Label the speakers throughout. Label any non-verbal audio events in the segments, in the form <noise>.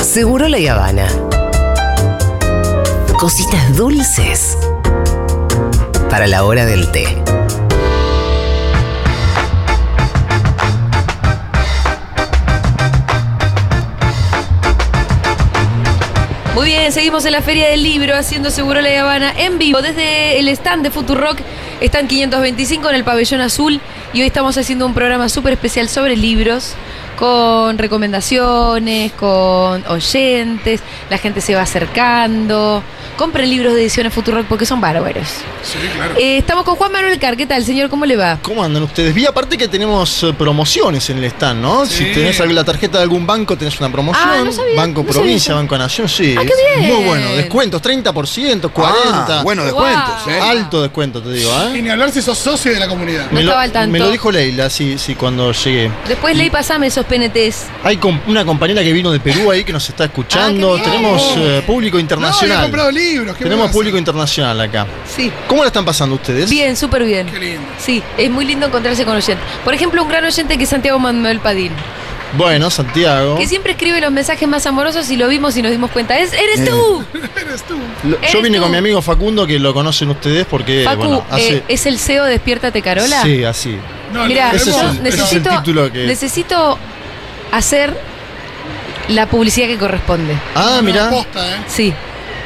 Speaker 1: Seguro la Habana. Cositas dulces para la hora del té.
Speaker 2: Muy bien, seguimos en la Feria del Libro haciendo Seguro La Habana en vivo desde el stand de Futurock. Están 525 en el pabellón azul y hoy estamos haciendo un programa súper especial sobre libros con recomendaciones, con oyentes, la gente se va acercando. Compren libros de ediciones Futurock porque son bárbaros.
Speaker 3: Sí, claro.
Speaker 2: Eh, estamos con Juan Manuel Car, ¿qué tal señor? ¿Cómo le va?
Speaker 4: ¿Cómo andan ustedes? Vi aparte que tenemos eh, promociones en el stand, ¿no?
Speaker 3: Sí.
Speaker 4: Si tenés algo- la tarjeta de algún banco, tenés una promoción.
Speaker 2: Ah, no sabía,
Speaker 4: banco
Speaker 2: no
Speaker 4: Provincia,
Speaker 2: sabía.
Speaker 4: Banco Nación, sí.
Speaker 2: Ah, qué bien.
Speaker 4: Muy bueno, descuentos, 30%, 40%.
Speaker 5: Ah, bueno,
Speaker 2: Guau.
Speaker 5: descuentos, ¿eh?
Speaker 4: Alto descuento, te digo,
Speaker 3: Y
Speaker 4: ¿eh?
Speaker 3: ni hablar si sos socio de la comunidad.
Speaker 2: No estaba al tanto.
Speaker 4: me lo dijo Leila, sí, sí, cuando llegué.
Speaker 2: Después leí pasame esos PNTs.
Speaker 4: Hay com- una compañera que vino de Perú ahí que nos está escuchando.
Speaker 2: Ah, qué bien.
Speaker 4: tenemos eh, público
Speaker 3: No, yo he
Speaker 4: internacional.
Speaker 3: comprado libros. ¿qué
Speaker 4: tenemos
Speaker 3: más?
Speaker 4: público internacional acá.
Speaker 2: Sí.
Speaker 4: ¿Cómo la están pasando ustedes?
Speaker 2: Bien, súper bien.
Speaker 3: Qué lindo.
Speaker 2: Sí, es muy lindo encontrarse con oyentes. Por ejemplo, un gran oyente que es Santiago Manuel Padín,
Speaker 4: Bueno, Santiago.
Speaker 2: que siempre escribe los mensajes más amorosos y lo vimos y nos dimos cuenta. ¡Es, ¡Eres
Speaker 5: Eh.
Speaker 2: tú!
Speaker 3: <laughs> Eres tú.
Speaker 4: Lo-
Speaker 2: eres
Speaker 4: Yo vine
Speaker 2: tú.
Speaker 4: con mi amigo Facundo, que lo conocen ustedes porque
Speaker 2: Facu,
Speaker 4: bueno, hace.
Speaker 2: eh, ¿es el CEO de Despiértate Carola?
Speaker 4: Sí, así.
Speaker 3: No,
Speaker 2: Mira,
Speaker 3: lo
Speaker 4: Ese es
Speaker 2: yo
Speaker 3: queremos,
Speaker 4: el- ese es el
Speaker 2: necesito,
Speaker 4: título que-
Speaker 2: necesito hacer la publicidad que corresponde.
Speaker 4: Ah,
Speaker 3: pero-
Speaker 4: mirá.
Speaker 3: Posta, ¿eh?
Speaker 2: Sí.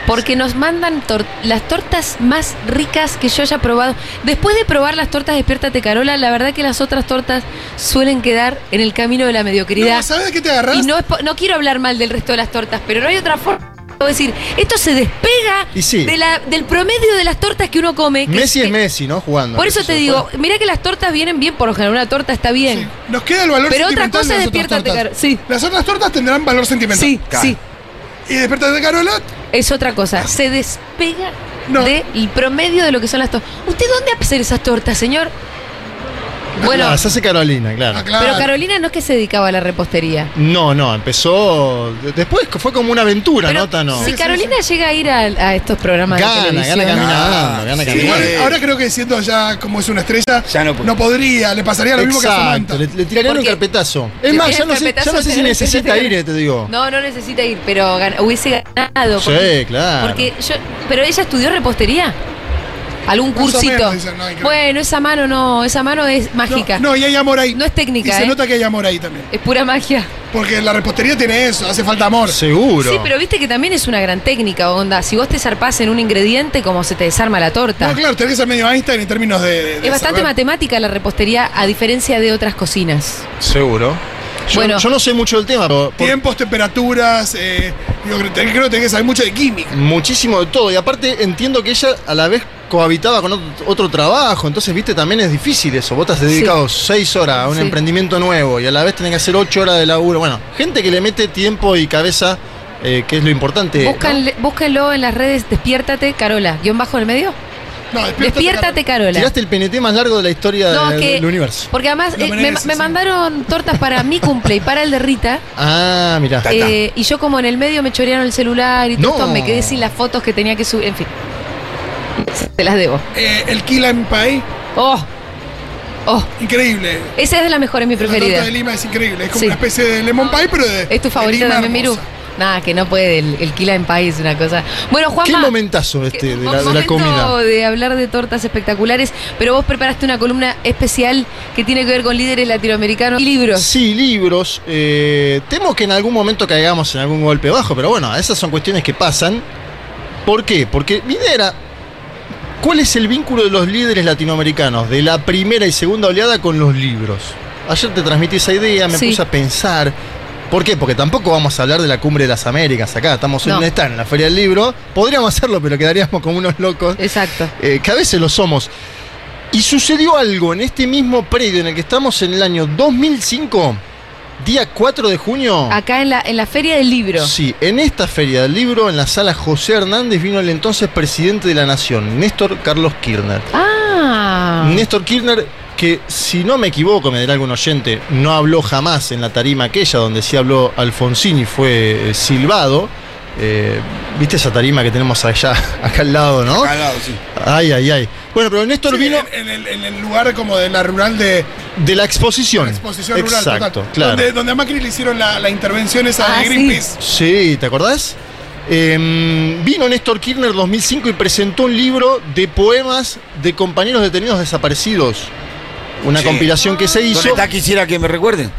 Speaker 2: Porque nos mandan tor- las tortas más ricas que yo haya probado. Después de probar las tortas Despiértate Carola, la verdad que las otras tortas suelen quedar en el camino de la mediocridad.
Speaker 3: No, ¿Sabes de qué te agarrás?
Speaker 2: Y no, es po- no quiero hablar mal del resto de las tortas, pero no hay otra forma. Puedo decir, esto se despega
Speaker 4: Y sí.
Speaker 2: de la- del promedio de las tortas que uno come. que-
Speaker 4: Messi
Speaker 2: que-
Speaker 4: es Messi, ¿no? Jugando.
Speaker 2: Por eso te digo, mirá que las tortas vienen bien, por lo general una torta está bien.
Speaker 3: Sí. Nos queda el valor
Speaker 2: Pero otra
Speaker 3: sentimental
Speaker 2: cosa
Speaker 3: de
Speaker 2: es
Speaker 3: las otras
Speaker 2: Despiértate
Speaker 3: tortas.
Speaker 2: Carola. Sí.
Speaker 3: Las otras tortas tendrán valor sentimental.
Speaker 2: Sí,
Speaker 5: Claro.
Speaker 2: sí, Eh,
Speaker 3: Y Despertate de Carola,
Speaker 2: es otra cosa. Se despega
Speaker 3: No.
Speaker 2: del promedio de lo que son las tortas. ¿Usted dónde va a hacer esas tortas, señor? Bueno,
Speaker 4: Bueno. se hace Carolina, claro.
Speaker 3: aclara.
Speaker 2: pero Carolina no es que se dedicaba a la repostería.
Speaker 4: No, no, empezó. de- Después fue como una aventura,
Speaker 2: Pero
Speaker 4: ¿no? Tano?
Speaker 2: Si
Speaker 3: sí,
Speaker 2: Carolina llega a ir a, a estos programas de
Speaker 4: Gana,
Speaker 2: televisión,
Speaker 4: gana caminando,
Speaker 5: Ah,
Speaker 4: gana
Speaker 5: sí.
Speaker 3: Igual,
Speaker 4: caminando.
Speaker 5: Eh.
Speaker 3: ahora creo que siendo ya como es una estrella,
Speaker 5: Ya no puede.
Speaker 3: podría, le pasaría lo mismo que a Samantha.
Speaker 4: Exacto, le, le tirarían un
Speaker 2: Porque-
Speaker 4: carpetazo.
Speaker 2: Le
Speaker 4: Es más,
Speaker 2: tiran
Speaker 4: ya no, sé,
Speaker 2: carpetazo
Speaker 4: ya no sé
Speaker 2: de-
Speaker 4: si necesita ir, eh, te digo.
Speaker 2: No, no necesita ir, pero gan- hubiese ganado.
Speaker 4: Sí, claro.
Speaker 2: Porque yo, pero ella estudió repostería. Algún
Speaker 3: Más o
Speaker 2: cursito.
Speaker 3: menos, dicen, no, increíble.
Speaker 2: bueno, esa mano no, esa mano es mágica.
Speaker 3: No, no, y hay amor ahí.
Speaker 2: No es técnica,
Speaker 3: Y se
Speaker 2: ¿eh?
Speaker 3: nota que hay amor ahí también.
Speaker 2: Es pura magia.
Speaker 3: Porque la repostería tiene eso, hace falta amor.
Speaker 4: Seguro.
Speaker 2: Sí, pero viste que también es una gran técnica, onda. Si vos te zarpás en un ingrediente, como se te desarma la torta.
Speaker 3: No, claro, tenés que ser medio Einstein en términos de. de- de
Speaker 2: es bastante
Speaker 3: saber.
Speaker 2: matemática la repostería, a diferencia de otras cocinas.
Speaker 4: Seguro. Yo,
Speaker 2: Bueno.
Speaker 4: yo no sé mucho del tema, pero. por-
Speaker 3: Tiempos, temperaturas, eh, digo, creo creo que tenés que saber mucho de química.
Speaker 4: Muchísimo de todo. Y aparte entiendo que ella a la vez cohabitaba con otro, otro trabajo. Entonces, viste, también es difícil eso. Vos te has dedicado seis horas a un
Speaker 2: Sí.
Speaker 4: emprendimiento nuevo y a la vez tenés que hacer ocho horas de laburo. Bueno, gente que le mete tiempo y cabeza, eh, que es lo importante. ¿no?
Speaker 2: Búscanle- Búsquenlo en las redes Despiértate Carola, guión bajo en el medio.
Speaker 3: No,
Speaker 2: Despiértate Carola.
Speaker 4: Tiraste el PNT más largo de la historia
Speaker 2: No,
Speaker 4: de-
Speaker 2: que-
Speaker 4: del universo.
Speaker 2: Porque además
Speaker 3: Lo
Speaker 2: eh, me,
Speaker 3: mereces,
Speaker 2: me
Speaker 3: sí.
Speaker 2: mandaron tortas para mi cumple y para el de Rita.
Speaker 4: Ah, mirá.
Speaker 5: Ta, ta.
Speaker 2: eh, y yo como en el medio me chorearon el celular y todo,
Speaker 4: No.
Speaker 2: esto, me quedé sin las fotos que tenía que subir. En fin. Te las debo.
Speaker 3: Eh, el Kila en Pai,
Speaker 2: Oh. Oh.
Speaker 3: increíble.
Speaker 2: Esa es de las mejores, mi
Speaker 3: La torta
Speaker 2: preferida.
Speaker 3: de Lima es increíble. Es como
Speaker 2: Sí.
Speaker 3: una especie de lemon pie, pero de.
Speaker 2: ¿Es tu
Speaker 3: de
Speaker 2: favorita
Speaker 3: Lima
Speaker 2: también, Miru?
Speaker 3: hermosa.
Speaker 2: Nada, que no puede. El, el Kila en País es una cosa. Bueno, Juanma.
Speaker 4: Qué momentazo
Speaker 2: que-
Speaker 4: este de la,
Speaker 2: momento
Speaker 4: de la comida.
Speaker 2: de hablar de tortas espectaculares, pero vos preparaste una columna especial que tiene que ver con líderes latinoamericanos y libros.
Speaker 4: Sí, libros. eh, temo que en algún momento caigamos en algún golpe bajo, pero bueno, esas son cuestiones que pasan. ¿Por qué? Porque mi idea era, ¿cuál es el vínculo de los líderes latinoamericanos de la primera y segunda oleada con los libros? Ayer te transmití esa idea, me
Speaker 2: Sí.
Speaker 4: puse a pensar. ¿Por qué? Porque tampoco vamos a hablar de la cumbre de las Américas acá, estamos en
Speaker 2: No.
Speaker 4: un stand, en la Feria del Libro. Podríamos hacerlo, pero quedaríamos como unos locos
Speaker 2: Exacto.
Speaker 4: eh, que a veces lo somos. Y sucedió algo en este mismo predio en el que estamos en el año 2005, día 4 de junio.
Speaker 2: Acá en la, en la Feria del Ah, Libro.
Speaker 4: Sí, en esta feria del libro, en la sala José Hernández, vino el entonces presidente de la Nación, Néstor Carlos Kirchner.
Speaker 2: Ah.
Speaker 4: Néstor Kirchner, que si no me equivoco, me dirá algún oyente, no habló jamás en la tarima aquella donde sí habló Alfonsín y fue eh, silbado. Eh, ¿Viste esa tarima que tenemos allá, <laughs> acá al lado, no?
Speaker 3: Al lado, sí.
Speaker 4: Ay, ay, ay. Bueno, pero Néstor
Speaker 3: Sí,
Speaker 4: vino
Speaker 3: en, en el, en el lugar como de la rural de
Speaker 4: de la exposición.
Speaker 3: la exposición rural.
Speaker 4: Exacto,
Speaker 3: total.
Speaker 4: claro.
Speaker 3: Donde, donde a Macri le hicieron la, la intervención esa
Speaker 2: Ah,
Speaker 3: de
Speaker 2: sí.
Speaker 3: Greenpeace.
Speaker 4: Sí, ¿te acordás? Eh, vino Néstor Kirchner 2005 y presentó un libro de poemas de compañeros detenidos desaparecidos. Una
Speaker 5: Sí.
Speaker 4: compilación que se
Speaker 5: ¿Dónde
Speaker 4: hizo.
Speaker 5: está? Quisiera que me recuerden.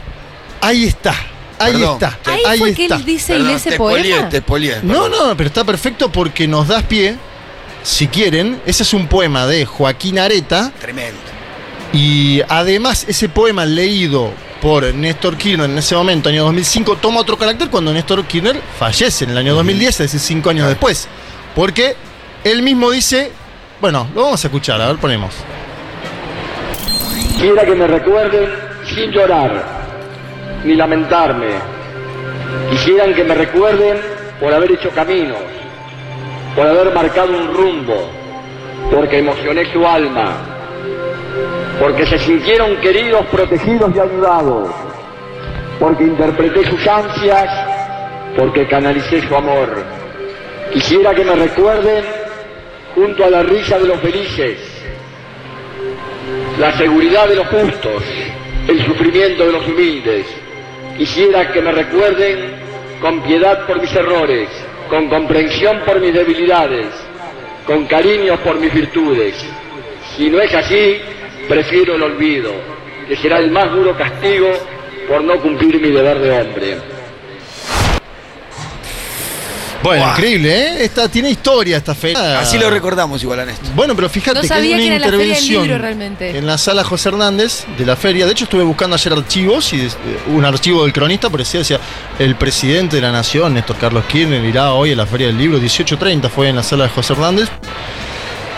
Speaker 4: Ahí está, ahí
Speaker 5: Perdón.
Speaker 4: está,
Speaker 2: Ahí,
Speaker 4: ahí
Speaker 2: fue que
Speaker 4: está.
Speaker 2: él dice y
Speaker 5: Perdón,
Speaker 2: lee
Speaker 5: te
Speaker 2: ese
Speaker 5: espolié,
Speaker 2: poema.
Speaker 5: te espolié.
Speaker 4: No, no, pero está perfecto porque nos das pie, si quieren. Ese es un poema de Joaquín Areta.
Speaker 5: Tremendo.
Speaker 4: Y además ese poema leído por Néstor Kirchner en ese momento, año 2005, toma otro carácter cuando Néstor Kirchner fallece en el año 2010, es decir, cinco años después. Porque él mismo dice, bueno, lo vamos a escuchar, a ver, ponemos.
Speaker 6: Quiera que me recuerden sin llorar ni lamentarme. Quisieran que me recuerden por haber hecho caminos, por haber marcado un rumbo, porque emocioné su alma, porque se sintieron queridos, protegidos y ayudados, porque interpreté sus ansias, porque canalicé su amor. Quisiera que me recuerden junto a la risa de los felices, la seguridad de los justos, el sufrimiento de los humildes. Quisiera que me recuerden con piedad por mis errores, con comprensión por mis debilidades, con cariño por mis virtudes. Si no es así, prefiero el olvido, que será el más duro castigo por no cumplir mi deber de hombre.
Speaker 4: Bueno,
Speaker 5: Buah.
Speaker 4: increíble, ¿eh? Esta, tiene historia esta feria.
Speaker 5: Así lo recordamos igual a Néstor.
Speaker 4: Bueno, pero fíjate
Speaker 2: No
Speaker 4: que hay
Speaker 2: sabía
Speaker 4: una
Speaker 2: que era la Feria del
Speaker 4: intervención
Speaker 2: Libro, realmente.
Speaker 4: en la sala José Hernández de la feria. De hecho, estuve buscando ayer archivos y eh, un archivo del cronista parecía decía el presidente de la nación, Néstor Carlos Kirchner, irá hoy a la Feria del Libro 18:30 fue en la sala de José Hernández.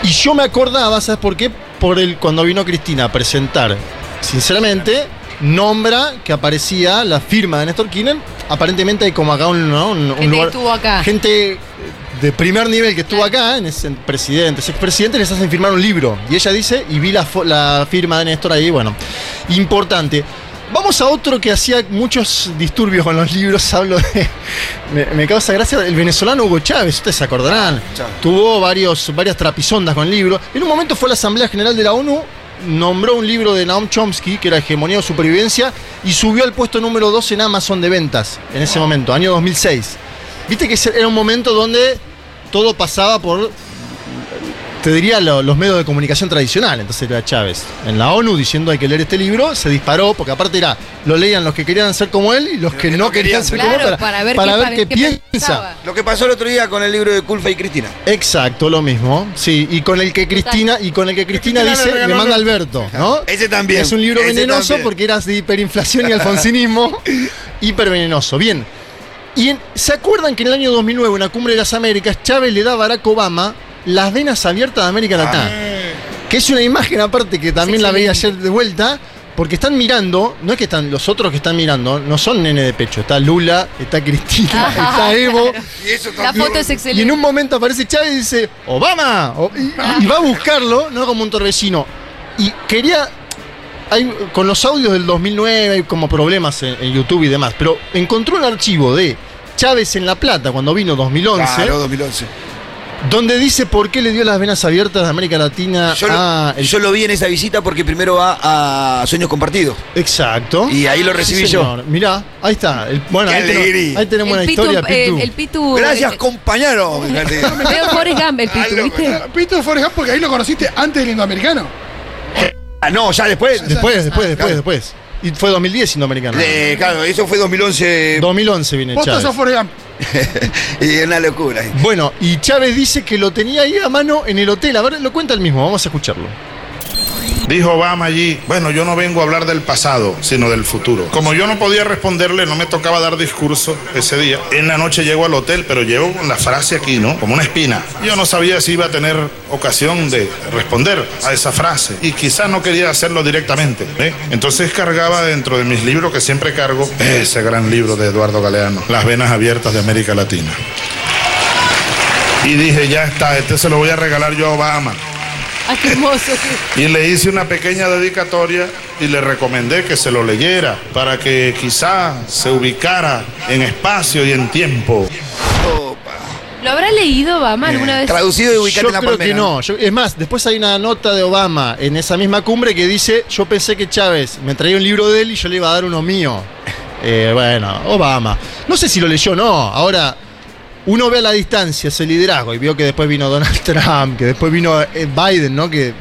Speaker 4: Y yo me acordaba, ¿sabes por qué? Por el cuando vino Cristina a presentar. Sinceramente, nombra que aparecía la firma de Néstor Kirchner. Aparentemente hay como acá un, ¿no? un, un
Speaker 2: Gente que
Speaker 4: lugar
Speaker 2: estuvo acá.
Speaker 4: gente eh, de primer nivel que estuvo acá, en ese presidente, ese expresidente, les hacen firmar un libro. Y ella dice, y vi la, fo- la firma de Néstor ahí, bueno, importante. Vamos a otro que hacía muchos disturbios con los libros, <laughs> hablo de... Me, me causa gracia, el venezolano Hugo Chávez, ustedes se acordarán.
Speaker 5: Chávez.
Speaker 4: Tuvo varios, varias trapisondas con libros. En un momento fue a la Asamblea General de la ONU, nombró un libro de Naum Chomsky, que era Hegemonía o Supervivencia, y subió al puesto número 2 en Amazon de ventas, en ese momento, año 2006. Viste que ese era un momento donde todo pasaba por, te diría, lo- los medios de comunicación tradicional. Entonces era Chávez en la ONU diciendo hay que leer este libro, se disparó, porque aparte era, lo leían los que querían ser como él y los que, no querían ser como él
Speaker 2: Claro, para ver qué,
Speaker 4: ver qué piensa.
Speaker 2: pensaba.
Speaker 5: Lo que pasó el otro día con el libro de Culfa y Cristina.
Speaker 4: Exacto, lo mismo. Sí, y con el que Cristina, y con el que Cristina
Speaker 5: Cristina le
Speaker 4: dice, le
Speaker 5: regaló
Speaker 4: manda
Speaker 5: un-
Speaker 4: Alberto, ¿no?
Speaker 5: <laughs> Ese también,
Speaker 4: Es un libro
Speaker 5: ese
Speaker 4: venenoso
Speaker 5: también.
Speaker 4: porque eras de hiperinflación y
Speaker 5: <laughs>
Speaker 4: alfonsinismo. hipervenenoso. Bien. Y en- ¿se acuerdan que en el año 2009, en la cumbre de las Américas, Chávez le da a Barack Obama las venas abiertas de América Latina?
Speaker 5: Ah.
Speaker 3: Eh,
Speaker 4: Que es una imagen aparte que también
Speaker 2: Es
Speaker 4: la veía ayer
Speaker 2: excelente.
Speaker 4: de vuelta, porque están mirando, no es que están, los otros que están mirando, no son nene de pecho, está Lula, está Cristina,
Speaker 2: Ah, <laughs>
Speaker 4: está Evo.
Speaker 5: Y eso
Speaker 2: La
Speaker 5: también.
Speaker 2: foto es
Speaker 4: Y en
Speaker 2: excelente.
Speaker 4: un momento aparece Chávez y dice, Obama, O- y, y va a buscarlo, no como un torbellino. Y quería, hay, con los audios del 2009 hay como problemas en, en YouTube y demás, pero encontró un archivo de Chávez en La Plata cuando vino 2011,
Speaker 5: Claro, 2011.
Speaker 4: donde dice por qué le dio las venas abiertas de América Latina
Speaker 5: Yo,
Speaker 4: a...
Speaker 5: lo,
Speaker 4: Ah, el-
Speaker 5: yo lo vi en esa visita porque primero va a Sueños Compartidos.
Speaker 4: Exacto.
Speaker 5: Y ahí lo recibí yo.
Speaker 4: señor. Mirá, ahí está. El- bueno,
Speaker 5: Qué
Speaker 4: ahí tenemos,
Speaker 5: alegría.
Speaker 4: ahí tenemos una historia,
Speaker 2: eh,
Speaker 4: Pitu.
Speaker 2: el Pitu.
Speaker 5: Gracias,
Speaker 2: eh,
Speaker 5: compañero. Fíjate.
Speaker 2: <laughs> Veo Forrest Gump, el
Speaker 5: Ah,
Speaker 2: Pitu,
Speaker 5: loco,
Speaker 2: ¿viste?
Speaker 3: Pito Forrest Gump, porque ahí lo conociste antes del Indoamericano.
Speaker 5: Ah, no, ya después. Ah,
Speaker 4: después, después, después,
Speaker 5: claro.
Speaker 4: después. Y fue 2010 indoamericano.
Speaker 5: Eh, claro, eso fue 2011.
Speaker 4: 2011 viene
Speaker 3: Vos
Speaker 4: Chávez.
Speaker 3: sos Forrest Gump.
Speaker 5: <laughs> y una locura.
Speaker 4: Bueno, y Chávez dice que lo tenía ahí a mano en el hotel. A ver, lo cuenta él mismo, vamos a escucharlo.
Speaker 7: Dijo Obama allí, bueno, yo no vengo a hablar del pasado, sino del futuro. Como yo no podía responderle, no me tocaba dar discurso ese día. En la noche llego al hotel, pero llevo con la frase aquí, ¿no? Como una espina. Yo no sabía si iba a tener ocasión de responder a esa frase y quizás no quería hacerlo directamente. ¿eh? Entonces cargaba dentro de mis libros que siempre cargo ese gran libro de Eduardo Galeano, Las venas abiertas de América Latina. Y dije, ya está, este se lo voy a regalar yo a Obama.
Speaker 2: Ah, qué hermoso.
Speaker 7: Y le hice una pequeña dedicatoria y le recomendé que se lo leyera para que quizá se ubicara en espacio y en tiempo.
Speaker 5: Opa.
Speaker 2: ¿Lo habrá leído Obama Ah, alguna vez?
Speaker 5: Traducido y ubicado
Speaker 4: Yo
Speaker 5: en la
Speaker 4: creo
Speaker 5: palmera.
Speaker 4: que no. Yo- es más, después hay una nota de Obama en esa misma cumbre que dice: Yo pensé que Chávez me traía un libro de él y yo le iba a dar uno mío. Eh, bueno, Obama. No sé si lo leyó o no. Ahora, uno ve a la distancia ese liderazgo y vio que después vino Donald <laughs> Trump, que después vino eh, Biden, ¿no? Que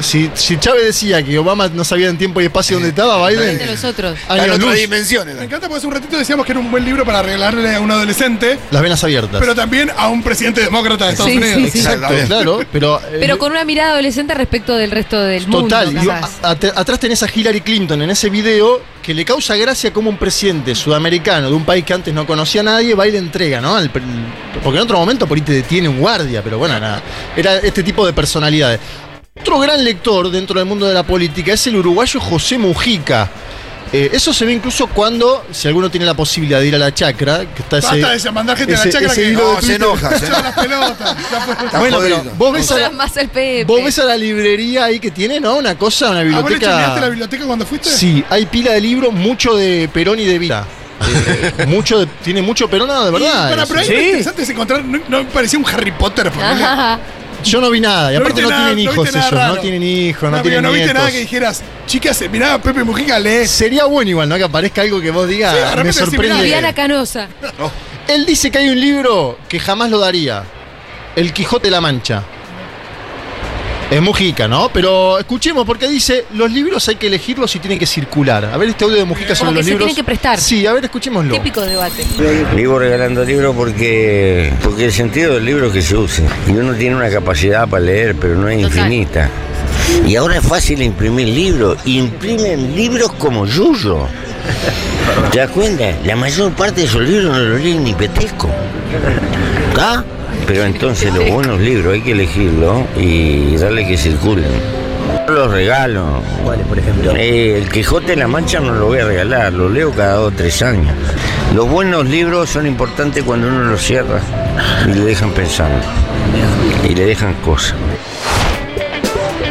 Speaker 4: si, si Chávez decía que Obama no sabía en tiempo y espacio dónde estaba, Biden.
Speaker 2: de los otros.
Speaker 5: Está en
Speaker 4: años
Speaker 5: otras
Speaker 4: luz.
Speaker 5: dimensiones.
Speaker 3: Me encanta porque hace un ratito decíamos que era un buen libro para regalarle a un adolescente,
Speaker 4: Las venas abiertas.
Speaker 3: pero también a un presidente demócrata de Estados
Speaker 2: Sí,
Speaker 3: Unidos.
Speaker 2: sí, sí.
Speaker 4: Exacto, claro. Pero, eh,
Speaker 2: Pero con una mirada adolescente respecto del resto del
Speaker 4: Total,
Speaker 2: mundo.
Speaker 4: y
Speaker 2: capaz.
Speaker 4: a- at- atrás tenés a Hillary Clinton en ese video que le causa gracia como un presidente sudamericano de un país que antes no conocía a nadie va y le entrega, ¿no? Al pre- porque en otro momento por ahí te detiene un guardia, pero bueno, nada. Era este tipo de personalidades. Otro gran lector dentro del mundo de la política es el uruguayo José Mujica. Eh, eso se ve incluso cuando, si alguno tiene la posibilidad de ir a la chacra, que está ese.
Speaker 3: Basta de mandar gente a
Speaker 4: ese-
Speaker 3: la chacra
Speaker 4: ese
Speaker 3: que
Speaker 4: hilo de
Speaker 5: No, se
Speaker 4: <laughs>
Speaker 5: enoja. se
Speaker 3: Echaba
Speaker 5: enoja.
Speaker 3: las pelotas. Ya fue.
Speaker 5: Está
Speaker 4: Bueno, pero
Speaker 5: jodido.
Speaker 4: vos ves, a
Speaker 2: Ahora
Speaker 4: la,
Speaker 2: más al Pepe.
Speaker 4: vos ves a la librería ahí que tiene, ¿no? Una cosa, una
Speaker 3: ¿Ah, ¿Vos le
Speaker 4: biblioteca.
Speaker 3: chumeaste la biblioteca cuando fuiste?
Speaker 4: Sí, hay pila de libros, mucho de Perón y de Vita. Eh, mucho de- tiene mucho Perón, no, de verdad.
Speaker 3: Ah. Para,
Speaker 4: eso.
Speaker 3: pero ahí lo interesante es encontrar, no, no parecía un Harry Potter. ponele.
Speaker 2: Ajá.
Speaker 4: Yo no vi nada, y
Speaker 3: No
Speaker 4: aparte
Speaker 3: viste
Speaker 4: no,
Speaker 3: nada,
Speaker 4: tienen
Speaker 3: no
Speaker 4: hijos
Speaker 3: viste nada
Speaker 4: ellos, no
Speaker 3: raro.
Speaker 4: tienen hijos,
Speaker 3: No,
Speaker 4: no,
Speaker 3: Ah, pero
Speaker 4: tienen
Speaker 3: no viste nada que
Speaker 4: nietos.
Speaker 3: dijeras, chicas, mirá, Pepe Mujica lee.
Speaker 4: Sería bueno igual, ¿no? Que aparezca algo que vos digas, "Ah,
Speaker 3: Sí, de repente
Speaker 4: me
Speaker 3: decís,
Speaker 4: sorprende.
Speaker 3: mirá,
Speaker 2: Viviana Canosa.
Speaker 4: Él dice que hay un libro que jamás lo daría. El Quijote de la Mancha. Es Mujica, ¿no? Pero escuchemos porque dice, los libros hay que elegirlos y tienen que circular. A ver este audio de Mujica sobre
Speaker 2: Como que
Speaker 4: los
Speaker 2: se
Speaker 4: libros.
Speaker 2: tienen que prestar.
Speaker 4: Sí, a ver, escuchémoslo.
Speaker 2: Típico debate.
Speaker 8: Vivo regalando libros porque, porque el sentido del libro es que se use. Y uno tiene una capacidad para leer, pero no es
Speaker 2: Total.
Speaker 8: infinita. Y ahora es fácil imprimir libros. Imprimen libros como Yuyo. ¿Te das cuenta? La mayor parte de esos libros no los leen ni petesco. ¿Está? Pero entonces los buenos libros hay que elegirlos y darle que circulen. Yo Los regalo. ¿Cuáles, por ejemplo? el Quijote de la Mancha no lo voy a regalar, lo leo cada dos o tres años. Los buenos libros son importantes cuando uno los cierra y le dejan pensando. Y le dejan cosas.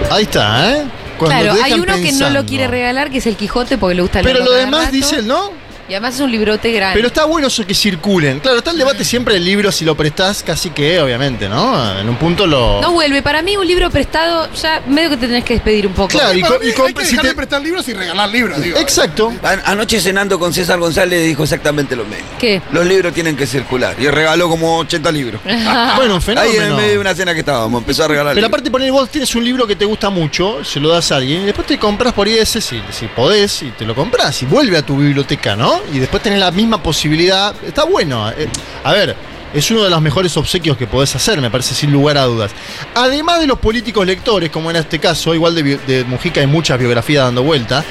Speaker 4: Ahí está, ¿eh? Cuando
Speaker 2: claro,
Speaker 4: te
Speaker 2: hay
Speaker 4: dejan
Speaker 2: uno que no
Speaker 4: pensando.
Speaker 2: lo quiere regalar, que es el Quijote, porque le gusta
Speaker 4: Pero
Speaker 2: leerlo
Speaker 4: lo
Speaker 2: cada
Speaker 4: demás
Speaker 2: rato.
Speaker 4: dice él, ¿no?
Speaker 2: Y además es un librote grande.
Speaker 4: Pero está bueno eso que circulen. Claro, está el debate siempre del libro si lo prestás, casi que, obviamente, ¿no? En un punto lo.
Speaker 2: No vuelve. Para mí, un libro prestado, ya medio que te tenés que despedir un poco.
Speaker 4: Claro, y,
Speaker 3: Para
Speaker 4: co-
Speaker 3: mí
Speaker 4: y
Speaker 3: hay
Speaker 4: compre-
Speaker 3: que
Speaker 4: si
Speaker 3: dejar
Speaker 4: te-
Speaker 3: de prestar libros y regalar libros, digo.
Speaker 4: Exacto.
Speaker 5: An- Anoche cenando con César González dijo exactamente lo mismo.
Speaker 2: ¿Qué?
Speaker 5: Los libros tienen que circular. Y regaló como 80 libros.
Speaker 4: <laughs> Bueno, un
Speaker 5: Ahí en el medio de
Speaker 4: fenómeno.
Speaker 5: una cena que estábamos, empezó a regalar.
Speaker 4: Pero
Speaker 5: libros.
Speaker 4: aparte, poner vos tienes un libro que te gusta mucho, se lo das a alguien, y después te compras por ahí ese, si, si podés, y te lo compras, y vuelve a tu biblioteca, ¿no? Y después tenés la misma posibilidad. Está bueno. Eh, a ver. Es uno de los mejores obsequios que podés hacer, me parece, sin lugar a dudas. Además de los políticos lectores, como en este caso, igual de, bi- de Mujica hay muchas biografías dando vuelta,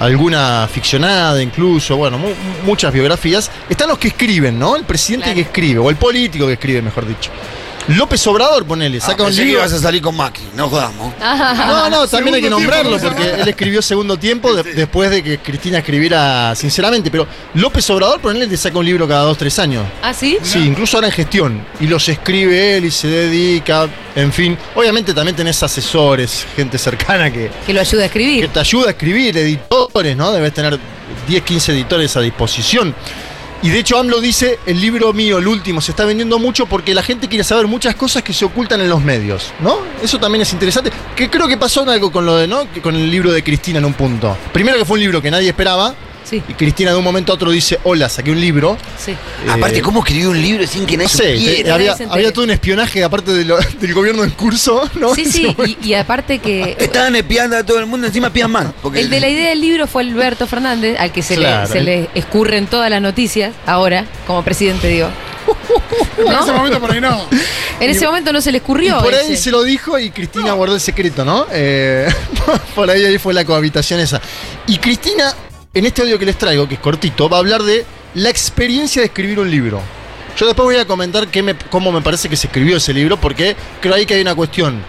Speaker 4: alguna ficcionada incluso, bueno, mu- muchas biografías, están los que escriben, ¿no? El presidente
Speaker 2: Claro.
Speaker 4: que escribe, o el político que escribe, mejor dicho. López Obrador, ponele,
Speaker 5: Ah,
Speaker 4: saca un
Speaker 5: pensé que
Speaker 4: libro.
Speaker 5: ibas a salir con Macri, no jodamos.
Speaker 4: No, no, también hay que
Speaker 3: Segundo
Speaker 4: nombrarlo
Speaker 3: tiempo,
Speaker 4: porque él escribió segundo tiempo de- después de que Cristina escribiera sinceramente, pero López Obrador, ponele, te saca un libro cada dos, tres años.
Speaker 2: ¿Ah, sí?
Speaker 4: Sí, incluso ahora en gestión. Y los escribe él y se dedica, en fin. Obviamente también tenés asesores, gente cercana que,
Speaker 2: Que lo ayuda a
Speaker 4: que
Speaker 2: escribir.
Speaker 4: te ayuda a escribir, editores, ¿no? Debes tener 10, 15 editores a disposición. Y de hecho AMLO dice, el libro mío, el último, se está vendiendo mucho porque la gente quiere saber muchas cosas que se ocultan en los medios, ¿no? Eso también es interesante. Que creo que pasó en algo con lo de, ¿no? Que Con el libro de Cristina en un punto. Primero que fue un libro que nadie esperaba.
Speaker 2: Sí,
Speaker 4: Y Cristina de un momento a otro dice, hola, saqué un libro.
Speaker 2: sí.
Speaker 5: Aparte,
Speaker 4: Eh,
Speaker 5: ¿cómo escribió un libro sin que nadie
Speaker 4: No sé,
Speaker 5: supiera?
Speaker 4: te- había,
Speaker 2: nadie se entere.
Speaker 4: había todo un espionaje aparte de lo- del gobierno en curso, ¿no?
Speaker 2: Sí,
Speaker 4: <laughs>
Speaker 2: sí, y, y aparte que.
Speaker 5: Estaban espiando a todo el mundo, encima espían más. Porque
Speaker 2: El de la idea del libro fue Alberto Fernández, al que se,
Speaker 4: Claro.
Speaker 2: le, se le escurren todas las noticias, ahora, como presidente, digo.
Speaker 3: En ese
Speaker 2: ¿No?
Speaker 3: momento por ahí no.
Speaker 2: En ese momento no se le
Speaker 4: Y
Speaker 2: escurrió.
Speaker 4: <laughs> por ahí
Speaker 2: ese.
Speaker 4: se lo dijo y Cristina guardó el secreto, ¿no? Eh, <laughs> por ahí, ahí fue la cohabitación esa. Y Cristina, en este audio que les traigo, que es cortito, va a hablar de la experiencia de escribir un libro. Yo después voy a comentar qué me- cómo me parece que se escribió ese libro, porque creo ahí que hay una cuestión.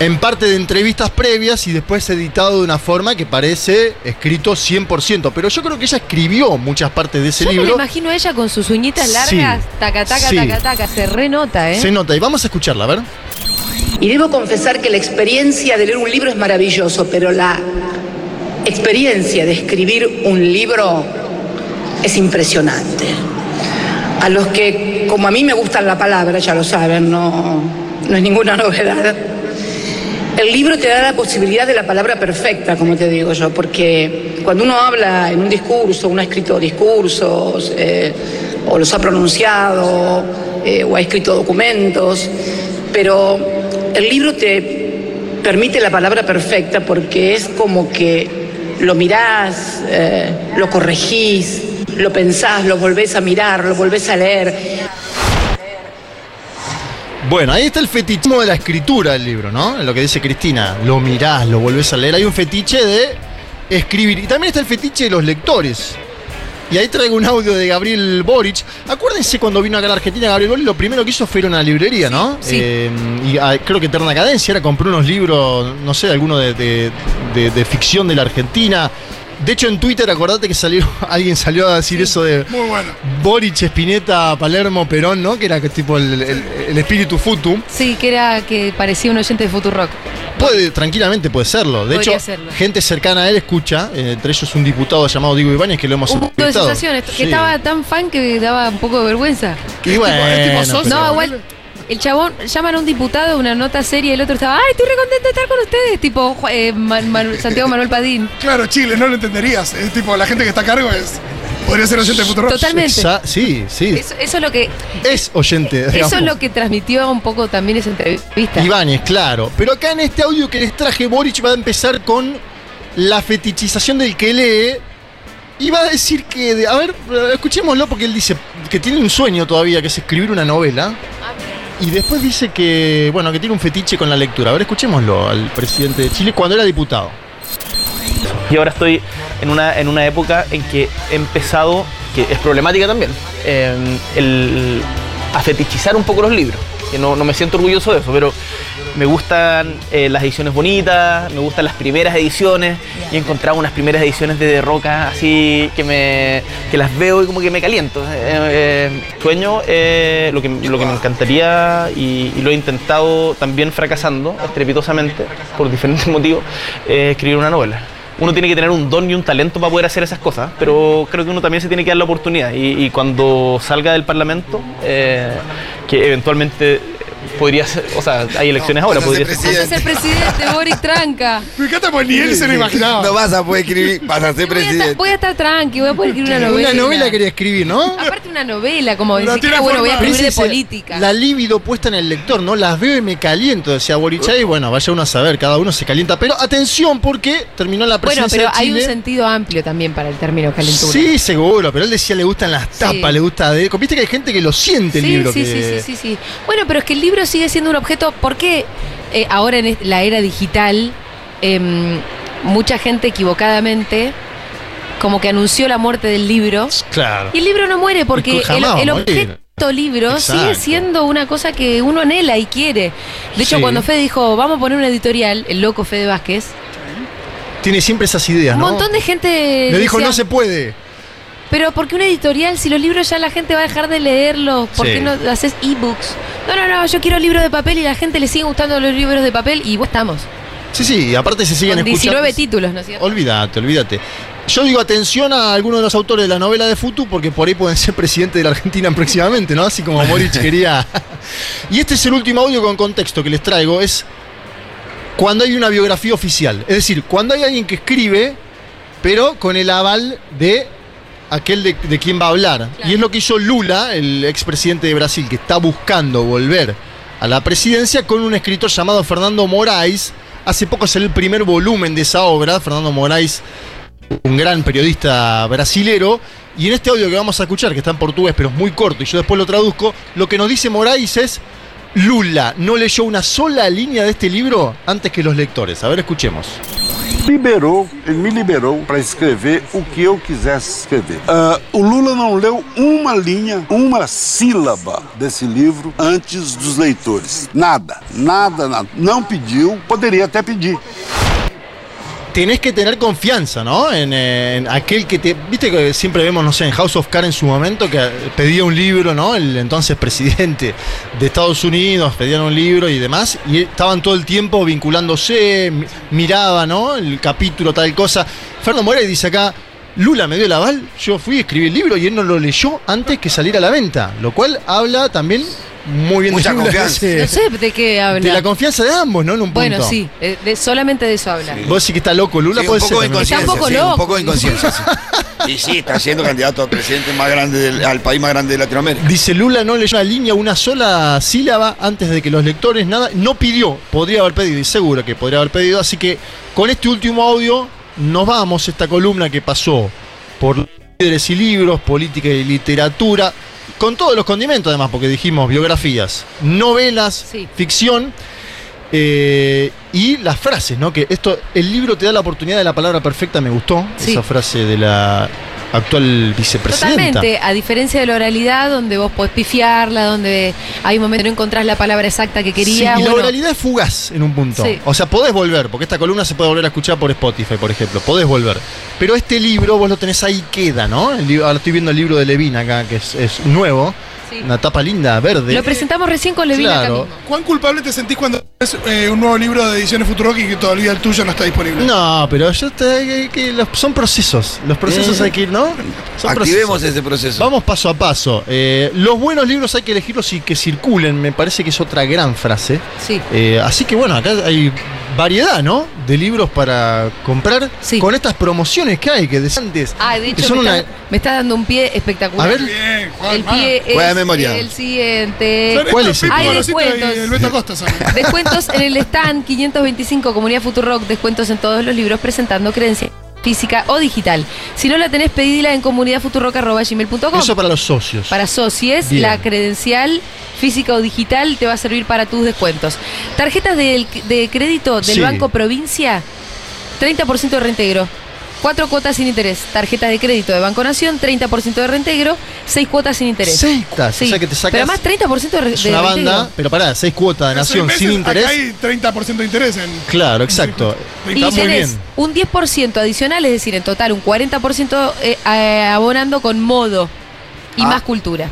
Speaker 4: En parte de entrevistas previas y después editado de una forma que parece escrito 100%. Pero yo creo que ella escribió muchas partes de ese
Speaker 2: Yo me la
Speaker 4: libro.
Speaker 2: imagino a ella con sus uñitas
Speaker 4: Sí.
Speaker 2: largas, taca, taca,
Speaker 4: Sí.
Speaker 2: taca, taca. Se renota, ¿eh?
Speaker 4: Se nota, y vamos a escucharla, a ver.
Speaker 9: Y debo confesar que la experiencia de leer un libro es maravilloso, pero la experiencia de escribir un libro es impresionante. a los que, como a mí me gustan la palabra, ya lo saben, no, no es ninguna <laughs> novedad. El libro te da la posibilidad de la palabra perfecta, como te digo yo, porque cuando uno habla en un discurso, uno ha escrito discursos, eh, o los ha pronunciado, eh, o ha escrito documentos, pero el libro te permite la palabra perfecta porque es como que lo mirás, eh, lo corregís, lo pensás, lo volvés a mirar, lo volvés a leer.
Speaker 4: Bueno, ahí está el fetichismo de la escritura del libro, ¿no? En lo que dice Cristina, lo mirás, lo volvés a leer. Hay un fetiche de escribir. Y también está el fetiche de los lectores. Y ahí traigo un audio de Gabriel Boric. Acuérdense cuando vino acá a la Argentina Gabriel Boric, lo primero que hizo fue ir a una librería, ¿no?
Speaker 2: sí.
Speaker 4: Eh, y ah, creo que Eterna Cadencia era, compró unos libros, no sé, alguno de, de- de- de ficción de la Argentina. De hecho, en Twitter, acordate que salió, <laughs> alguien salió a decir eso de
Speaker 3: Muy bueno.
Speaker 4: Boric, Espineta, Palermo, Perón, ¿no? Que era que tipo el, el- el espíritu futum.
Speaker 2: Sí, que era que parecía un oyente de Futurock.
Speaker 4: Puede, tranquilamente puede serlo. De
Speaker 2: Podría
Speaker 4: hecho,
Speaker 2: serlo.
Speaker 4: gente cercana a él escucha, eh, entre ellos un diputado llamado Diego Ibáñez, que lo hemos
Speaker 2: Un poco de
Speaker 4: entrevistado.
Speaker 2: sensaciones, que
Speaker 4: Sí.
Speaker 2: estaba tan fan que daba un poco de vergüenza. <laughs>
Speaker 4: Y bueno,
Speaker 3: tipo
Speaker 4: pero-
Speaker 3: socio.
Speaker 2: No, igual. El chabón llaman a un diputado, una nota seria, y el otro estaba, ¡ay, estoy re contento de estar con ustedes! Tipo Ju- eh, Man- Manu- Santiago Manuel Padín.
Speaker 3: Claro, Chile, no lo entenderías. Es tipo, la gente que está a cargo es. Podría ser oyente de Futuro.
Speaker 2: Totalmente.
Speaker 4: Exa- sí, sí.
Speaker 2: Eso, eso es lo que
Speaker 4: Es oyente.
Speaker 2: eso es
Speaker 4: digamos.
Speaker 2: lo que transmitió un poco también esa entrevista.
Speaker 4: Ibáñez, claro. Pero acá en este audio que les traje, Boric va a empezar con la fetichización del que lee. Y va a decir que. de- a ver, escuchémoslo porque él dice que tiene un sueño todavía, que es escribir una novela.
Speaker 2: Ah,
Speaker 4: Y después dice que. Bueno, que tiene un fetiche con la lectura. A ver, escuchémoslo al presidente de Chile cuando era diputado.
Speaker 10: Y ahora estoy en una, en una época en que he empezado, que es problemática también, eh, el, a fetichizar un poco los libros. Que no, no me siento orgulloso de eso, pero me gustan eh, las ediciones bonitas, me gustan las primeras ediciones. Y he encontrado unas primeras ediciones de De Roca así que, me, que las veo y como que me caliento. Eh, eh, sueño, eh, lo, que, lo que me encantaría y, y lo he intentado también fracasando estrepitosamente por diferentes <laughs> motivos, eh, escribir una novela uno tiene que tener un don y un talento para poder hacer esas cosas, pero creo que uno también se tiene que dar la oportunidad. Y, y cuando salga del Parlamento, eh, que eventualmente podría ser, o sea, hay elecciones ahora,
Speaker 5: vas a ser
Speaker 10: podría ser.
Speaker 5: presidente.
Speaker 2: Vas a ser presidente, Boric Tranca.
Speaker 3: Me encanta porque pues, ni él se lo imaginaba.
Speaker 5: No vas a poder escribir, vas a ser
Speaker 2: Voy a, estar,
Speaker 5: presidente.
Speaker 2: voy a estar tranqui, voy a poder escribir una novela.
Speaker 4: Una novela quería escribir, ¿no?
Speaker 2: Aparte una novela, como
Speaker 3: No
Speaker 2: decir,
Speaker 3: tiene
Speaker 2: ah, bueno, voy a
Speaker 3: forma.
Speaker 4: Pero
Speaker 2: escribir de
Speaker 4: ese-
Speaker 2: política.
Speaker 4: La libido puesta en el lector, ¿no? Las veo y me caliento, decía Boricha. Y bueno, vaya uno a saber, cada uno se calienta. Pero atención, porque terminó la
Speaker 2: bueno,
Speaker 4: presidencia
Speaker 2: pero
Speaker 4: de
Speaker 2: hay un
Speaker 4: Chile.
Speaker 2: sentido amplio también para el término calentura.
Speaker 4: Sí, seguro, pero él decía le gustan las
Speaker 2: Sí.
Speaker 4: tapas, le gusta de. Viste que hay gente que lo siente el
Speaker 2: Sí,
Speaker 4: libro.
Speaker 2: sí,
Speaker 4: que-
Speaker 2: sí, sí, sí, sí. Bueno, pero es que el libro sigue siendo un objeto. ¿Por qué eh, ahora en est- la era digital em, mucha gente equivocadamente como que anunció la muerte del libro?
Speaker 4: Claro.
Speaker 2: Y el libro no muere porque el,
Speaker 4: Jamás va a
Speaker 2: el
Speaker 4: morir.
Speaker 2: objeto libro
Speaker 4: Exacto.
Speaker 2: sigue siendo una cosa que uno anhela y quiere. De hecho,
Speaker 4: Sí.
Speaker 2: cuando Fede dijo, vamos a poner una editorial, el loco Fede Vázquez,
Speaker 4: Tiene siempre esas ideas,
Speaker 2: un
Speaker 4: ¿no?
Speaker 2: montón de gente
Speaker 4: Le dijo,
Speaker 2: decía,
Speaker 4: no se puede.
Speaker 2: pero ¿por qué una editorial? Si los libros ya la gente va a dejar de leerlos, ¿por
Speaker 4: Sí.
Speaker 2: qué no haces ebooks? No, no, no, yo quiero libros de papel y la gente le sigue gustando los libros de papel y vos estamos.
Speaker 4: Sí, sí, y aparte se siguen
Speaker 2: Con 19
Speaker 4: escuchando.
Speaker 2: títulos, ¿no es cierto?
Speaker 4: Olvídate, olvídate. Yo digo atención a algunos de los autores de la novela de Futu porque por ahí pueden ser presidente de la Argentina <laughs> próximamente, ¿no? Así como Boric quería. Y este es el último audio con contexto que les traigo, es cuando hay una biografía oficial. Es decir, cuando hay alguien que escribe, pero con el aval de aquel de, de quien va a hablar. Y es lo que hizo Lula, el expresidente de Brasil, que está buscando volver a la presidencia con un escritor llamado Fernando Moraes. Hace poco salió el primer volumen de esa obra, Fernando Moraes, un gran periodista brasilero. Y en este audio que vamos a escuchar, que está en portugués, pero es muy corto, y yo después lo traduzco, lo que nos dice Moraes es, Lula no leyó una sola línea de este libro antes que los lectores. A ver, escuchemos.
Speaker 11: liberou, ele me liberou para escrever o que eu quisesse escrever. Ah, o Lula não leu uma linha, uma sílaba desse livro antes dos leitores. Nada, nada, nada. Não pediu, poderia até pedir.
Speaker 4: tenés que tener confianza, ¿no? En, eh, en aquel que te. Viste que siempre vemos, no sé, en House of Cards en su momento, que eh, pedía un libro, ¿no? El entonces presidente de Estados Unidos pedían un libro y demás, y estaban todo el tiempo vinculándose, mi- miraba, ¿no? El capítulo, tal cosa. Fernando Moreira dice acá. Lula me dio el aval, yo fui, escribí el libro y él no lo leyó antes que salir a la venta, lo cual habla también muy bien
Speaker 5: Mucha
Speaker 4: de Lula, <laughs>
Speaker 5: confianza.
Speaker 4: que
Speaker 2: No
Speaker 4: hace-
Speaker 2: sé de qué habla.
Speaker 4: de la confianza de ambos, ¿no? En un punto.
Speaker 2: bueno, sí, eh, de- solamente de eso habla.
Speaker 4: Vos sí que está loco, Lula
Speaker 5: Sí, un
Speaker 4: puede
Speaker 5: poco de
Speaker 4: ser. también.
Speaker 5: inconsciencia.
Speaker 2: Está un poco
Speaker 5: sí,
Speaker 2: loco.
Speaker 5: Un poco de inconsciencia, sí. <laughs> Y sí, está siendo candidato a presidente más grande del- al país más grande de Latinoamérica.
Speaker 4: Dice Lula no leyó una línea, una sola sílaba antes de que los lectores nada, no pidió, podría haber pedido y seguro que podría haber pedido, así que con este último audio nos vamos esta columna que pasó por líderes y libros, política y literatura, con todos los condimentos además, porque dijimos biografías, novelas,
Speaker 2: Sí.
Speaker 4: ficción eh, y las frases, ¿no? Que esto el libro te da la oportunidad de la palabra perfecta, me gustó
Speaker 2: Sí.
Speaker 4: esa frase de la actual vicepresidenta.
Speaker 2: Totalmente, a diferencia de la oralidad, donde vos podés pifiarla, donde hay un momento que no encontrás la palabra exacta que querías.
Speaker 4: Sí, y
Speaker 2: bueno,
Speaker 4: la oralidad es fugaz en un punto.
Speaker 2: Sí.
Speaker 4: O sea, podés volver, porque esta columna se puede volver a escuchar por Spotify, por ejemplo. Podés volver. Pero este libro vos lo tenés ahí, queda, ¿no? El li- ahora estoy viendo el libro de Levin acá, que es, es nuevo.
Speaker 2: sí.
Speaker 4: Una tapa linda, verde.
Speaker 2: Lo presentamos recién con Levina acá
Speaker 4: Claro.
Speaker 2: mismo.
Speaker 3: ¿Cuán culpable te sentís cuando ves eh, un nuevo libro de ediciones Futurock y que todavía el tuyo no está disponible?
Speaker 4: No, pero yo te- que- que los- son procesos. Los procesos
Speaker 5: Eh.
Speaker 4: hay que ir, ¿no? Son
Speaker 5: Activemos
Speaker 4: procesos.
Speaker 5: ese proceso.
Speaker 4: Vamos paso a paso. Eh, los buenos libros hay que elegirlos y que circulen. Me parece que es otra gran frase.
Speaker 2: Sí.
Speaker 4: Eh, así que bueno, acá hay variedad, ¿no? De libros para comprar
Speaker 2: Sí.
Speaker 4: con estas promociones que hay, que decía antes.
Speaker 2: Ah, de
Speaker 4: que
Speaker 2: hecho,
Speaker 4: son
Speaker 2: me,
Speaker 4: una-
Speaker 2: está, me está dando un pie espectacular.
Speaker 4: A ver.
Speaker 3: Bien, Juan,
Speaker 2: el
Speaker 3: mano.
Speaker 2: pie
Speaker 5: Juega
Speaker 2: es
Speaker 5: de memoria.
Speaker 2: el siguiente.
Speaker 3: Son
Speaker 4: ¿Cuál
Speaker 3: estos
Speaker 4: es el
Speaker 3: Pipo
Speaker 4: pie? Hay
Speaker 3: Gorosito y
Speaker 2: descuentos.
Speaker 3: El Beto Acosta son.
Speaker 2: <laughs> Descuentos en el stand 525, Comunidad Futurock, descuentos en todos los libros presentando creencia física o digital. Si no la tenés, pedila en comunidadfuturock.gmail.com.
Speaker 4: Eso para los socios.
Speaker 2: Para socies,
Speaker 4: Bien.
Speaker 2: la credencial física o digital te va a servir para tus descuentos. Tarjetas del- de, crédito del
Speaker 4: Sí.
Speaker 2: Banco Provincia, 30% de reintegro. Cuatro cuotas sin interés. Tarjetas de crédito de Banco Nación, 30% de reintegro. Seis cuotas sin interés.
Speaker 4: Seis cuotas,
Speaker 2: Sí.
Speaker 4: o sea que te sacas.
Speaker 2: Pero además 30% de, re-
Speaker 4: es
Speaker 2: de
Speaker 4: una
Speaker 2: reintegro.
Speaker 4: banda, pero pará, seis cuotas de
Speaker 3: Hace
Speaker 4: nación
Speaker 3: meses
Speaker 4: sin interés.
Speaker 3: Acá hay 30% de interés en.
Speaker 4: Claro, exacto.
Speaker 2: Y
Speaker 4: Está muy
Speaker 2: tenés
Speaker 4: bien.
Speaker 2: un 10% adicional, es decir, en total un 40% eh, eh, abonando con modo y
Speaker 5: Ah.
Speaker 2: más cultura.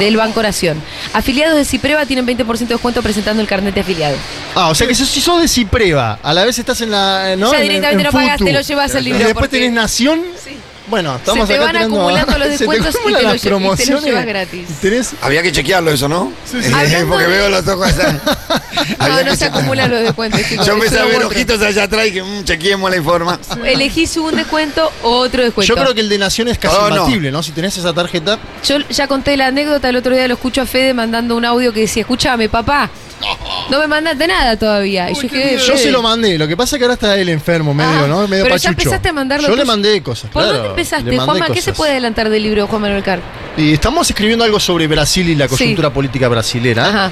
Speaker 2: Del Banco Nación. Afiliados de Cipreva tienen 20% de descuento presentando el carnet
Speaker 4: <laughs>
Speaker 2: de afiliado.
Speaker 4: Ah, o sea que si si sos de Cipreva, a la vez estás en la. eh, ¿no?
Speaker 2: ya
Speaker 4: En- en-
Speaker 2: directamente
Speaker 4: en
Speaker 2: no pagaste,
Speaker 4: Futu,
Speaker 2: lo llevas al
Speaker 4: Y
Speaker 2: libro.
Speaker 4: después
Speaker 2: porque
Speaker 4: tenés Nación.
Speaker 2: Sí.
Speaker 4: Bueno, estamos
Speaker 2: te
Speaker 4: acá
Speaker 2: van
Speaker 4: tirando-
Speaker 2: acumulando
Speaker 4: <laughs>
Speaker 2: los
Speaker 4: se te
Speaker 2: descuentos y
Speaker 4: acumulan
Speaker 2: te lo lle- y
Speaker 4: las
Speaker 2: te lo llevas
Speaker 4: promociones.
Speaker 2: gratis.
Speaker 4: Y tenés-
Speaker 5: Había que chequearlo eso, ¿no?
Speaker 3: Sí, sí.
Speaker 5: <laughs> Porque
Speaker 2: Hablando de-
Speaker 5: veo las hojas.
Speaker 2: <laughs> No,
Speaker 5: Había
Speaker 2: no
Speaker 5: que
Speaker 2: se
Speaker 5: chequear.
Speaker 2: acumulan
Speaker 4: <laughs>
Speaker 2: los descuentos. chicos,
Speaker 5: Yo me
Speaker 2: eso lo
Speaker 5: sabía
Speaker 2: muestro.
Speaker 5: ojitos allá atrás y que mm, chequeemos la información.
Speaker 2: Elegís un descuento o otro descuento.
Speaker 4: Yo creo que el de Nación es casi
Speaker 5: Oh, no.
Speaker 4: imbatible, ¿no? Si tenés esa tarjeta.
Speaker 2: Yo ya conté la anécdota, el otro día lo escucho a Fede mandando un audio que decía, escúchame papá, no me mandaste nada todavía. Y
Speaker 3: Uy,
Speaker 2: yo
Speaker 3: qué
Speaker 2: dije,
Speaker 3: miedo.
Speaker 4: Yo
Speaker 2: "Fede".
Speaker 4: se lo mandé, lo que pasa es que ahora está él enfermo, medio,
Speaker 2: Ah,
Speaker 4: ¿no? Medio
Speaker 2: pero ya
Speaker 4: pachucho.
Speaker 2: empezaste a mandarlo
Speaker 4: Yo le
Speaker 2: tú.
Speaker 4: mandé cosas,
Speaker 2: ¿Por
Speaker 4: claro,
Speaker 2: dónde
Speaker 4: le
Speaker 2: empezaste,
Speaker 4: mandé
Speaker 2: Juanma? ¿Qué se
Speaker 4: cosas.
Speaker 2: puede adelantar del libro de Juan Manuel Carr?
Speaker 4: Y estamos escribiendo algo sobre Brasil y la
Speaker 2: Sí.
Speaker 4: coyuntura política brasilera.
Speaker 2: Ajá.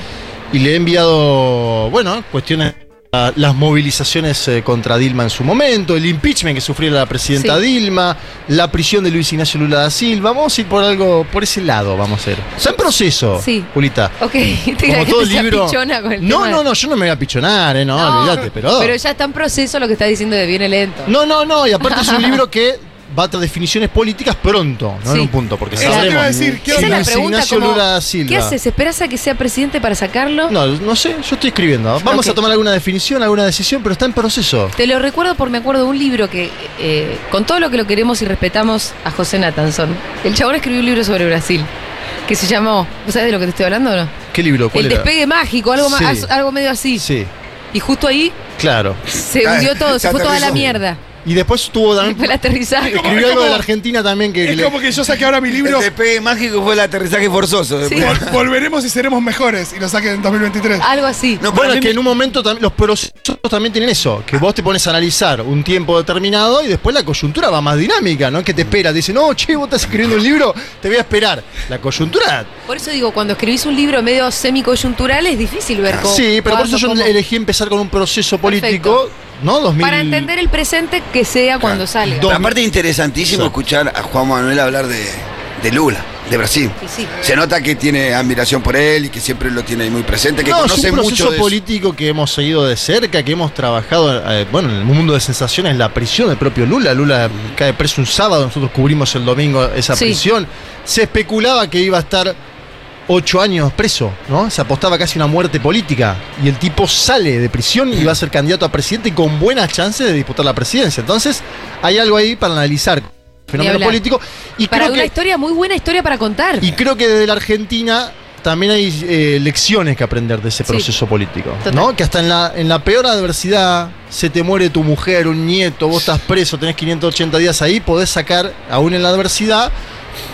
Speaker 4: Y le he enviado, bueno, cuestiones, a las movilizaciones eh, contra Dilma en su momento, el impeachment que sufrió la presidenta
Speaker 2: Sí.
Speaker 4: Dilma, la prisión de Luis Ignacio Lula da Silva. Vamos a ir por algo, por ese lado, vamos a ir. Está en proceso,
Speaker 2: Sí. <laughs>
Speaker 4: Julita.
Speaker 2: Ok, te
Speaker 4: Como
Speaker 2: creas que <laughs>
Speaker 4: todo
Speaker 2: te sea
Speaker 4: libro.
Speaker 2: pichona con el
Speaker 4: no,
Speaker 2: tema de-
Speaker 4: no, no, yo no me voy a pichonar, eh, no, olvídate, pero.
Speaker 2: Pero ya está en proceso lo que está diciendo de viene lento.
Speaker 4: No, no, no, y aparte es
Speaker 2: <laughs>
Speaker 4: un libro que va a traer definiciones políticas pronto, no
Speaker 2: Sí.
Speaker 4: en un punto, porque
Speaker 3: Eso te iba a
Speaker 4: sabremos.
Speaker 3: decir, ¿qué
Speaker 4: si
Speaker 2: Esa es la
Speaker 4: Luis
Speaker 2: pregunta.
Speaker 4: Ignacio
Speaker 2: como,
Speaker 4: Lula da Silva.
Speaker 2: ¿Qué haces? ¿Esperas a que sea presidente para sacarlo?
Speaker 4: No, no sé, yo estoy escribiendo. Vamos
Speaker 2: Ok.
Speaker 4: a tomar alguna definición, alguna decisión, pero está en proceso.
Speaker 2: Te lo recuerdo porque me acuerdo de un libro que, eh, con todo lo que lo queremos y respetamos a José Natanzón, el chabón escribió un libro sobre Brasil que se llamó, ¿vos sabés de lo que te estoy hablando o no?
Speaker 4: ¿Qué libro? ¿Cuál
Speaker 2: El
Speaker 4: era?
Speaker 2: despegue mágico, algo, ma-
Speaker 4: Sí.
Speaker 2: as- algo medio así.
Speaker 4: Sí,
Speaker 2: Y justo ahí
Speaker 4: claro.
Speaker 2: se
Speaker 5: Ah,
Speaker 2: hundió todo,
Speaker 5: se
Speaker 2: se fue toda la
Speaker 5: aterrizó.
Speaker 2: mierda.
Speaker 4: Y después tuvo
Speaker 2: Fue
Speaker 4: también.
Speaker 2: el aterrizaje.
Speaker 3: como-
Speaker 4: <laughs>
Speaker 3: es
Speaker 4: Escribió algo de
Speaker 3: como-
Speaker 4: la Argentina también que.
Speaker 3: Es
Speaker 4: le-
Speaker 3: como que yo saque ahora mi libro.
Speaker 5: El despegue mágico fue el aterrizaje forzoso. después.
Speaker 3: Vol- volveremos y seremos mejores. Y lo saquen en 2023.
Speaker 2: Algo así.
Speaker 5: No, para
Speaker 4: Bueno,
Speaker 5: mí
Speaker 4: es que
Speaker 5: me-
Speaker 4: en un momento también los procesos también tienen eso, que vos te pones a analizar un tiempo determinado y después la coyuntura va más dinámica, ¿no? Que te espera, te dicen, no, che, vos estás escribiendo un libro, te voy a esperar. La coyuntura
Speaker 2: Por eso digo, cuando escribís un libro medio semicoyuntural es difícil
Speaker 4: Ah.
Speaker 2: ver cómo.
Speaker 4: Sí, pero por eso
Speaker 2: cuándo,
Speaker 4: yo
Speaker 2: cómo.
Speaker 4: elegí empezar con un proceso político, ¿no? 2000,
Speaker 2: Para entender el presente que sea cuando salga.
Speaker 4: dos-
Speaker 5: Aparte, interesantísimo
Speaker 4: Sí.
Speaker 5: escuchar a Juan Manuel hablar de, de Lula, de Brasil.
Speaker 2: Y sí.
Speaker 5: Se nota que tiene admiración por él y que siempre lo tiene ahí muy presente, que
Speaker 4: No, es
Speaker 5: conoce
Speaker 4: un
Speaker 5: mucho
Speaker 4: proceso
Speaker 5: de eso.
Speaker 4: político que hemos seguido de cerca, que hemos trabajado, eh, bueno, en el mundo de sensaciones, la prisión del propio Lula. Lula cae preso un sábado, nosotros cubrimos el domingo esa
Speaker 2: Sí.
Speaker 4: prisión. Se especulaba que iba a estar ocho años preso, ¿no? Se apostaba casi a una muerte política. Y el tipo sale de prisión y va a ser candidato a presidente con buenas chances de disputar la presidencia. Entonces, hay algo ahí para analizar. fenómeno
Speaker 2: hablar.
Speaker 4: político. Y
Speaker 2: para
Speaker 4: creo
Speaker 2: una
Speaker 4: que
Speaker 2: historia, muy buena historia para contar.
Speaker 4: y creo que desde la Argentina también hay eh, lecciones que aprender de ese
Speaker 2: Sí.
Speaker 4: proceso político.
Speaker 2: Total.
Speaker 4: ¿no? Que hasta en la, en la peor adversidad se te muere tu mujer, un nieto, vos estás preso, tenés 580 días ahí, podés sacar aún en la adversidad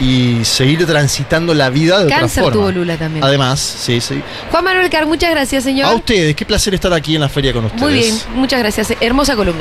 Speaker 4: y seguir transitando la vida de
Speaker 2: Cáncer
Speaker 4: otra
Speaker 2: tuvo
Speaker 4: forma.
Speaker 2: Lula también.
Speaker 4: Además, sí, sí.
Speaker 2: Juan Manuel Car, muchas gracias,
Speaker 4: A
Speaker 2: señor.
Speaker 4: ustedes, qué placer estar aquí en la feria con ustedes.
Speaker 2: Muy bien, muchas gracias. Hermosa columna.